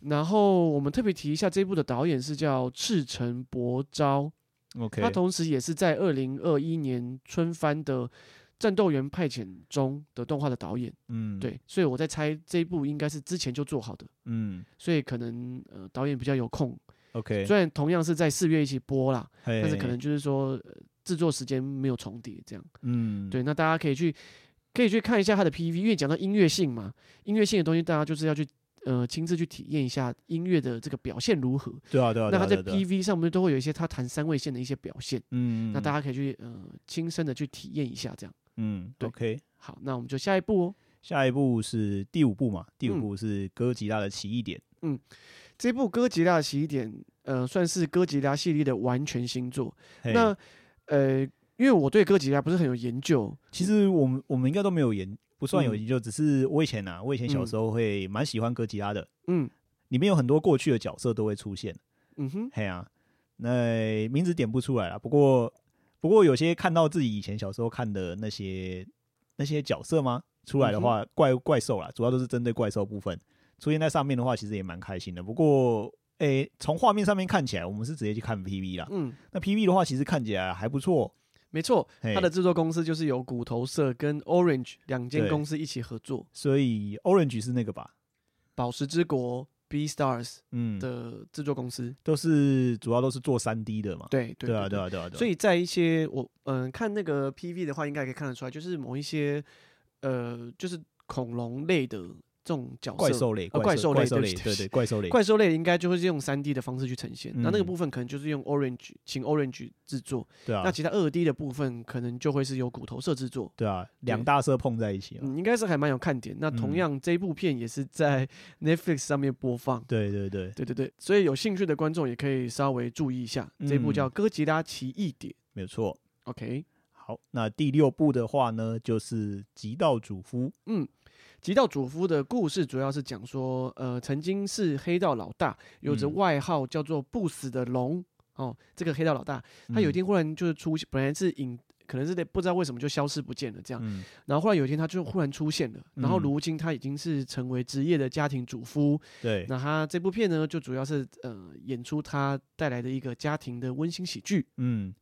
S2: 然后我们特别提一下这部的导演是叫赤城博昭，
S1: ，OK，
S2: 他同时也是在二零二一年春番的《战斗员派遣》中的动画的导演。
S1: 嗯
S2: 对，所以我在猜这一部应该是之前就做好的，
S1: 嗯
S2: 所以可能呃导演比较有空，
S1: OK，
S2: 虽然同样是在四月一起播啦，但
S1: 但
S2: 是可能就是说、呃、制作时间没有重叠这样。
S1: 嗯
S2: 对，那大家可以去可以去看一下他的 PV，因为讲到音乐性嘛，音乐性的东西大家就是要去。呃，亲自去体验一下音乐的这个表现如何。
S1: 对啊对啊，对
S2: 那他
S1: 啊
S2: 在
S1: 对啊
S2: PV 上面都会有一些他弹三位线的一些表现，
S1: 嗯，
S2: 那大
S1: 家
S2: 家可以去呃亲身的去体验一下。这样
S1: 嗯
S2: 对
S1: OK，
S2: 好，那我们就下一步哦。
S1: 下一部是第五部嘛，第
S2: 嗯
S1: 五部是哥吉拉的奇异点，
S2: 这部《哥吉拉的起点》呃，算是哥吉拉系列的完全新作。
S1: 嘿
S2: 那呃，因为我对哥吉拉不是很有研究，
S1: 其实我们我们应该都没有研，不算有
S2: 嗯
S1: 研究，只是我以前啊，我以前小
S2: 嗯
S1: 时候会蛮喜欢哥吉拉的，
S2: 嗯
S1: 里面有很多过去的角色都会出现。
S2: 嗯哼，
S1: 嘿啊，那名字点不出来了。不过，不过有些看到自己以前小时候看的那些那些角色吗？出来的
S2: 嗯
S1: 话，怪怪兽啦，主要都是针对怪兽部分出现在上面的话，其实也蛮开心的。不过，诶、从画面上面看起来，我们是直接去看 PV 啦。
S2: 嗯，
S1: 那 PV 的话，其实看起来还不错。
S2: 没错，
S1: 嘿
S2: 它的制作公司就是由骨头社跟 Orange 两间
S1: 对
S2: 公司一起合作，《
S1: 所以 Orange 是那个吧？
S2: 宝石之国》B Stars
S1: 嗯，
S2: 的制作公司。
S1: 都是主要都是做三 D 的嘛。
S2: 对对
S1: 对啊，对。啊，对啊，对啊。
S2: 所以在一些我嗯、看那个 PV 的话，应该可以看得出来，就是某一些呃，就是恐龙类的这种角色，
S1: 怪兽类，
S2: 呃
S1: 怪
S2: 怪
S1: 怪
S2: 兽
S1: 兽
S2: 类
S1: 类，
S2: 对不
S1: 对
S2: 起
S1: 对，怪兽类，
S2: 怪兽类应该就会是用三 D 的方式去呈现，那、那
S1: 嗯
S2: 个部分可能就是用 Orange 请 Orange 制作，
S1: 对啊
S2: 那，其他二 D 的部分可能就会是由骨头社制作。
S1: 对啊，两大社碰在一起嘛。
S2: 嗯嗯，应该是还蛮有看点。那同
S1: 嗯
S2: 样，这部片也是在 <laughs> Netflix 上面播放。
S1: 对对对，
S2: 对对对，所以有兴趣的观众也可以稍微注意一下，这部
S1: 嗯
S2: 叫《哥吉拉奇异点》。
S1: 没有错。
S2: OK，
S1: 好，那第六部的话呢，就是《极道主夫》。
S2: 极道主夫的故事主要是讲说，呃，曾经是黑道老大，有着
S1: 嗯
S2: 外号叫做“不死的龙”哦，这个黑道老大他有一
S1: 嗯
S2: 天忽然就是出现，本来是隐可能是得不知道为什么就消失不见了这样。
S1: 嗯
S2: 然后后来有一天他就忽然出现了，然后
S1: 嗯
S2: 如今他已经是成为职业的家庭主夫。
S1: 对，
S2: 那他这部片呢，就主要是呃演出他带来的一个家庭的温馨喜剧。
S1: 嗯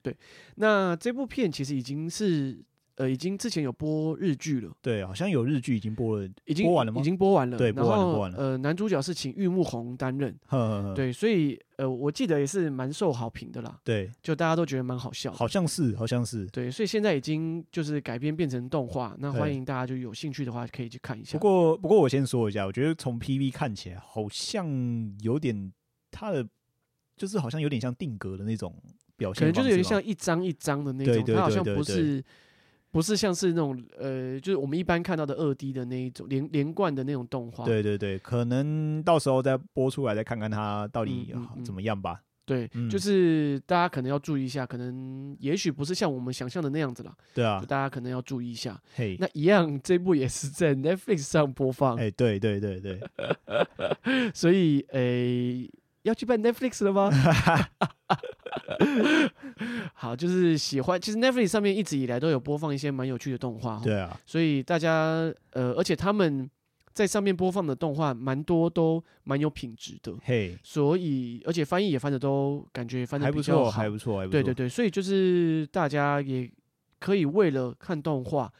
S2: 那这部片其实已经是呃已经之前有播日剧了，
S1: 对，好像有日剧已经播了，
S2: 已经
S1: 播完了吗
S2: 已经播完了，
S1: 对
S2: 然
S1: 播完了
S2: 后
S1: 播完了嗯
S2: 呃，男主角是请玉木宏担任，
S1: 呵呵呵
S2: 对，所以呃我记得也是蛮受好评的啦，
S1: 对，
S2: 就大家都觉得蛮好笑的。
S1: 好像是好像是。
S2: 对，所以现在已经就是改编变成动画，那欢
S1: 对
S2: 迎大家就有兴趣的话可以去看一下。
S1: 不过不过我先说一下，我觉得从 PV 看起来好像有点他的，就是好像有点像定格的那种表现
S2: 可能就是有点
S1: 方式
S2: 像一张一张的那
S1: 对
S2: 种，
S1: 对
S2: 它好
S1: 对
S2: 像
S1: 对
S2: 不
S1: 对
S2: 是不是像是那种呃，就是我们一般看到的二 D 的那一种连连贯的那种动画。
S1: 吧。对对对，可能到时候再播出来，再看看他到底
S2: 嗯嗯
S1: 好
S2: 嗯
S1: 怎么样吧。
S2: 对
S1: 嗯
S2: 就是大家可能要注意一下，可能也许不是像我们想象的那样子啦，
S1: 对啊
S2: 就，大家可能要注意一下。
S1: 嘿，
S2: 那一样，这部也是在 Netflix 上播放，
S1: 哎，对对对对，
S2: 所以诶、要去办 Netflix 了吗？ <laughs> 好，就是喜欢，其实 Netflix 上面一直以来都有播放一些蛮有趣的动画哦，
S1: 对啊，
S2: 所以大家呃，而且他们在上面播放的动画蛮多都蛮有品质的，
S1: 嘿，
S2: 所以而且翻译也翻的都感觉翻的
S1: 还不错，还不错，还不错。
S2: 对对对，所以就是大家也可以为了看动画，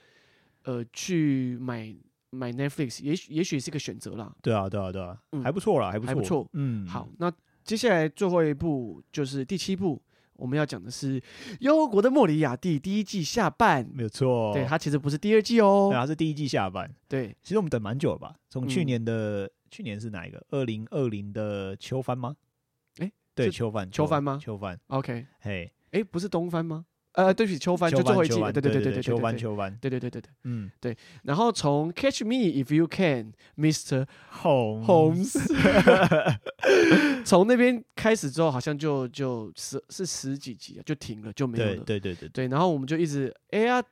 S2: 呃，去买买 Netflix，也许也许是个选择啦。
S1: 对啊，对啊，对啊，
S2: 嗯
S1: 还不错啦，还不
S2: 还不错
S1: 嗯，
S2: 好，，那接下来最后一部就是第七部，我们要讲的是《忧国的莫里亚蒂》第一季下半。
S1: 没有错。
S2: 对，它其实不是第二季哦
S1: 哦对，。它啊是第一季下半。
S2: 对，
S1: 其实我们等蛮久了吧？从去
S2: 嗯
S1: 年的去年是哪一个？二零二零的秋帆吗？
S2: 诶
S1: 对，
S2: 是
S1: 秋帆，
S2: 秋帆吗
S1: 秋帆，
S2: OK，
S1: 嘿，
S2: 哎，不是东翻吗？呃，对不起，秋翻就
S1: 秋
S2: 最后一
S1: 秋
S2: 季了，对
S1: 对
S2: 对
S1: 对
S2: 对，
S1: 秋帆，
S2: 对
S1: 秋帆，
S2: 对对对对对。
S1: 嗯，
S2: 然后从 Catch Me If You Can, Mr.
S1: 红
S2: Holmes，从那边开始之后，好像就就十是十几集啊，就停了，就没有
S1: 对
S2: 了。
S1: 对对对，对
S2: 对，然后我们就一直，哎呀，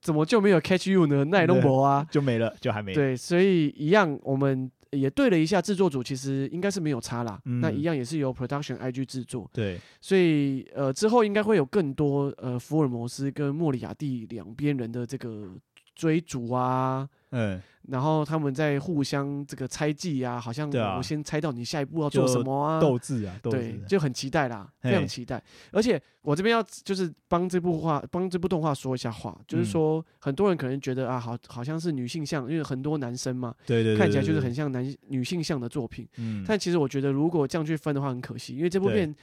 S2: 怎么就没有 Catch You 呢？那也弄不啊。
S1: 就没了，就还没了，
S2: 对，所以一样，我们也对了一下制作组，其实应该是没有差啦。那
S1: 嗯
S2: 一样也是由 Production IG 制作，
S1: 对
S2: 所以呃，之后应该会有更多呃，福尔摩斯跟莫里亚蒂两边人的这个追逐啊，
S1: 嗯，
S2: 然后他们在互相这个猜忌啊，好像
S1: 对啊
S2: 我先猜到你下一步要做
S1: 就
S2: 什么啊，
S1: 斗志啊，斗
S2: 对
S1: 志，啊，
S2: 就很期待啦，非
S1: 嘿
S2: 常期待。而且我这边要就是帮这部画，帮这部动画说一下话，就是
S1: 嗯
S2: 说很多人可能觉得啊，好好像是女性向，因为很多男生嘛，
S1: 对对，对
S2: 看起来就是，
S1: 对
S2: 很像男女性向的作品。
S1: 对嗯，
S2: 但其实我觉得，如果这样去分的话，很可惜，因为这部
S1: 对
S2: 片，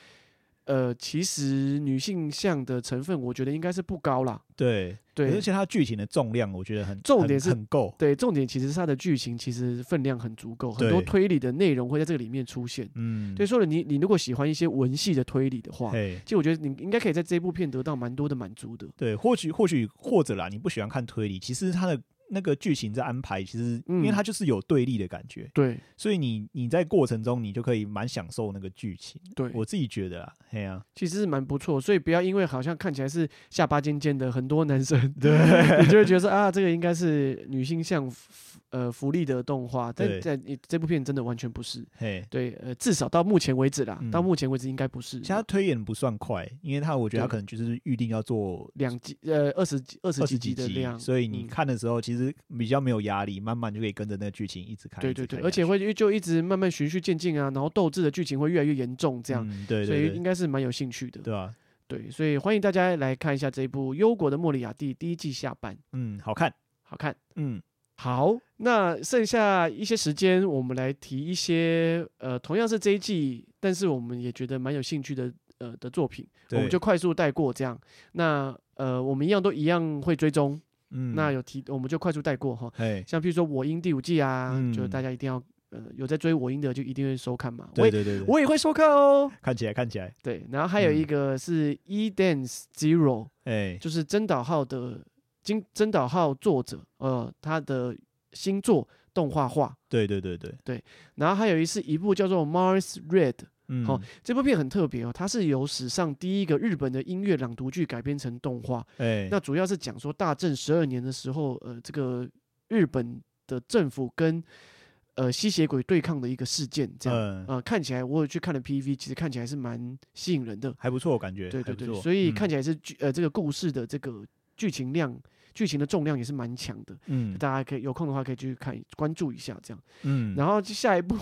S2: 呃，其实女性向的成分，我觉得应该是不高啦。
S1: 对
S2: 对
S1: 而，且它剧情的重量，我觉得很
S2: 重
S1: 很
S2: 点是
S1: 很够，
S2: 对，重点其实是它的剧情其实分量很足够，很多
S1: 对
S2: 推理的内容会在这个里面出现。
S1: 嗯，
S2: 所以说你你如果喜欢一些文戏的推理的话，
S1: 嘿。
S2: 其实我觉得你应该可以在这部片得到蛮多的满足的。
S1: 对，或许或许或者啦，你不喜欢看推理，其实它的那个剧情在安排，其实因为
S2: 嗯
S1: 它就是有对立的感觉，
S2: 对
S1: 所以你你在过程中你就可以蛮享受那个剧情。
S2: 对，
S1: 我自己觉得啊，嘿呀、
S2: 其实是蛮不错，所以不要因为好像看起来是下巴尖尖的很多男生，
S1: 对
S2: <laughs> 你就会觉得说啊，这个应该是女性向福呃福利的动画，但
S1: 对
S2: 在你这部片真的完全不是。
S1: 嘿，
S2: 对，呃，至少到目前为止啦，
S1: 嗯
S2: 到目前为止应该不是
S1: 其。实它推演不算快，因为它我觉得它
S2: 对
S1: 可能就是预定要做
S2: 两集呃二十几二十
S1: 二
S2: 几
S1: 十
S2: 集
S1: 几
S2: 的
S1: 集
S2: 量，，
S1: 所以你
S2: 嗯
S1: 看的时候其实比较没有压力，慢慢就可以跟着那个剧情一直看。
S2: 对
S1: 一直
S2: 对
S1: 看
S2: 对，
S1: 下
S2: 而且
S1: 去
S2: 会就就一直慢慢循序渐进啊，然后斗志的剧情会越来越严重，这样，
S1: 嗯、对
S2: 所
S1: 对
S2: 以应
S1: 对，
S2: 该是蛮有兴趣的。
S1: 对啊，
S2: 对，所以欢迎大家来看一下这一部《忧国的莫里亚蒂》第一季下半，
S1: 嗯，好看，
S2: 好看。
S1: 嗯，
S2: 好，那剩下一些时间，我们来提一些呃，同样是这一季，但是我们也觉得蛮有兴趣的呃的作品，我们
S1: 对
S2: 就快速带过这样。那呃，我们一样都一样会追踪，
S1: 嗯，
S2: 那有提我们就快速带过哈。
S1: 嘿，
S2: 像譬如说《我英》第五季啊，就
S1: 嗯
S2: 大家一定要呃有在追《我英》的就一定会收看嘛。我
S1: 对
S2: 也
S1: 对对对，
S2: 我也会收看哦。
S1: 看起来看起来，
S2: 对，然后还有一
S1: 嗯
S2: 个是《E Dance Zero》。
S1: 哎，
S2: 就是真岛浩的金真岛浩作者，呃，他的新作动画化，
S1: 对对对对，
S2: 然后还有一是一部叫做《Mars Red》
S1: 嗯，
S2: 好这部片很特别哦，它是由史上第一个日本的音乐朗读剧改编成动画，
S1: 哎，
S2: 那主要是讲说大正十二年的时候，呃，这个日本的政府跟呃吸血鬼对抗的一个事件，这样，
S1: 嗯，
S2: 呃，看起来我有去看了 PV，其实看起来是蛮吸引人的，
S1: 还不错，感觉
S2: 对
S1: 还
S2: 对
S1: 不
S2: 对，
S1: 错
S2: 所以
S1: 嗯
S2: 看起来是剧呃这个故事的这个剧情量、剧情的重量也是蛮强的，
S1: 嗯
S2: 大家可以有空的话可以去看关注一下这样。
S1: 嗯，
S2: 然后下一步，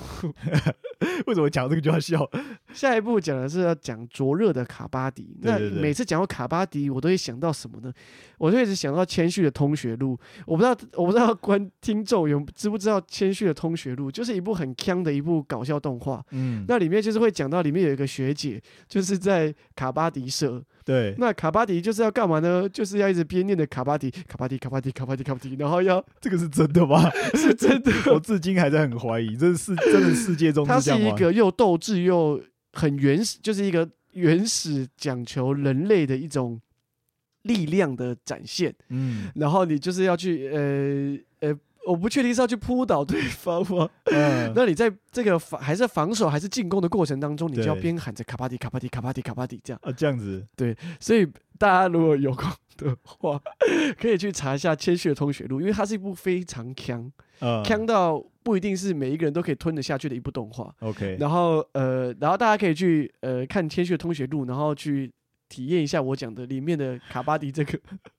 S1: 为什么讲这个就要
S2: <laughs>
S1: 笑？
S2: 下一步讲的是要讲灼热的卡巴迪。
S1: 对
S2: 那
S1: 对对
S2: 每次讲到卡巴迪，我都会想到什么呢？我就一直想到谦虚的通学录。我不知道，我不知道观听众有知不知道谦虚的通学录，就是一部很强的一部搞笑动画。
S1: 嗯，
S2: 那里面就是会讲到，里面有一个学姐，就是在卡巴迪社。
S1: 对，
S2: 那卡巴迪就是要干嘛呢？就是要一直边念的卡巴迪，卡巴迪，卡巴迪，卡巴迪，卡巴迪，然后要
S1: 这个是真的吗？
S2: <laughs> 是真的，
S1: <laughs> 我至今还在很怀疑，这是真的世界中
S2: 他
S1: 这
S2: 是
S1: 样
S2: 一
S1: 吗？
S2: 个又斗志又很原始，就是一个原始讲求人类的一种力量的展现。
S1: 嗯
S2: 然后你就是要去呃呃，我不确定是要去扑倒对方吗？
S1: 嗯，
S2: 那你在这个防还是防守还是进攻的过程当中，你就要
S1: 对
S2: 边喊着卡巴迪卡巴迪卡巴迪卡巴迪这样。
S1: 啊这样子，
S2: 所以大家如果有空的话， <laughs> 可以去查一下《千雪通学录》，因为它是一部非常强
S1: 嗯
S2: 强到不一定是每一个人都可以吞得下去的一部动画。
S1: ，OK，
S2: 然后呃，然后大家可以去呃看《天血通学录》，然后去体验一下我讲的里面的卡巴迪这个 <laughs>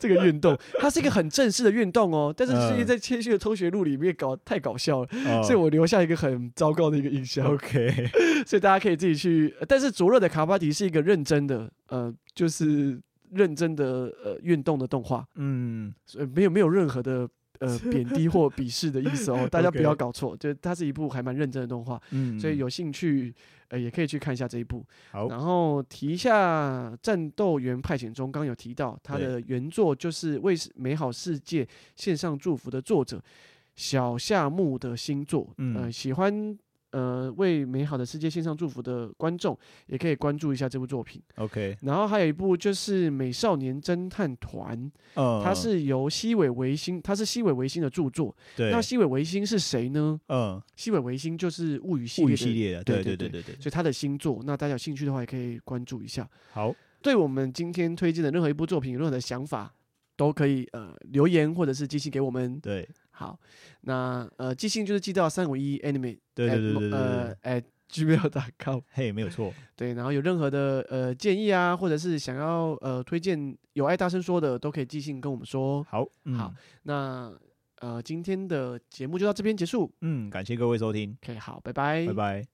S2: 这个运
S1: <laughs>
S2: 动，它是一个很正式的运动哦，但是就是因为
S1: 嗯
S2: 在《天血通学录》里面搞太搞笑了，
S1: 哦
S2: 所以我留下一个很糟糕的一个印象，
S1: OK，
S2: <laughs> 所以大家可以自己去。呃但是灼热的卡巴迪是一个认真的，呃，就是认真的呃运动的动画，
S1: 嗯，
S2: 所以没有没有任何的。呃，贬低或鄙视的意思哦，大家不
S1: OK
S2: 要搞错，就它是一部还蛮认真的动画，
S1: 嗯
S2: 所以有兴趣呃也可以去看一下这一部。
S1: 好，
S2: 然后提一下《战斗员派遣中》，刚刚有提到他
S1: 对
S2: 的原作就是为美好世界献上祝福的作者小夏目的新作。
S1: 嗯
S2: 呃，喜欢呃为美好的世界献上祝福的观众也可以关注一下这部作品。
S1: OK，
S2: 然后还有一部就是《美少年侦探团》，
S1: 嗯，
S2: 它是由西尾维新，它是西尾维新的著作。
S1: 对，
S2: 那西尾维新是谁呢？
S1: 嗯，
S2: 西尾维新就是《物语》系
S1: 物
S2: 列
S1: 语
S2: 的
S1: 系列的，对
S2: 对
S1: 对
S2: 对
S1: 对对，
S2: 所以他的新作，那大家有兴趣的话也可以关注一下。
S1: 好，
S2: 对我们今天推荐的任何一部作品有任何的想法，都可以呃留言或者是寄信给我们。
S1: 对
S2: 好，那呃寄信就是寄到三五一 anime
S1: 对对对对对对
S2: 呃，at gmail.com
S1: 嘿，没有错，
S2: <laughs> 对，然后有任何的呃建议啊，或者是想要呃推荐有爱大声说的，都可以寄信跟我们说。哦
S1: 好，嗯
S2: 好，那呃今天的节目就到这边结束。
S1: 嗯，感谢各位收听，
S2: OK，好，拜拜，
S1: 拜拜。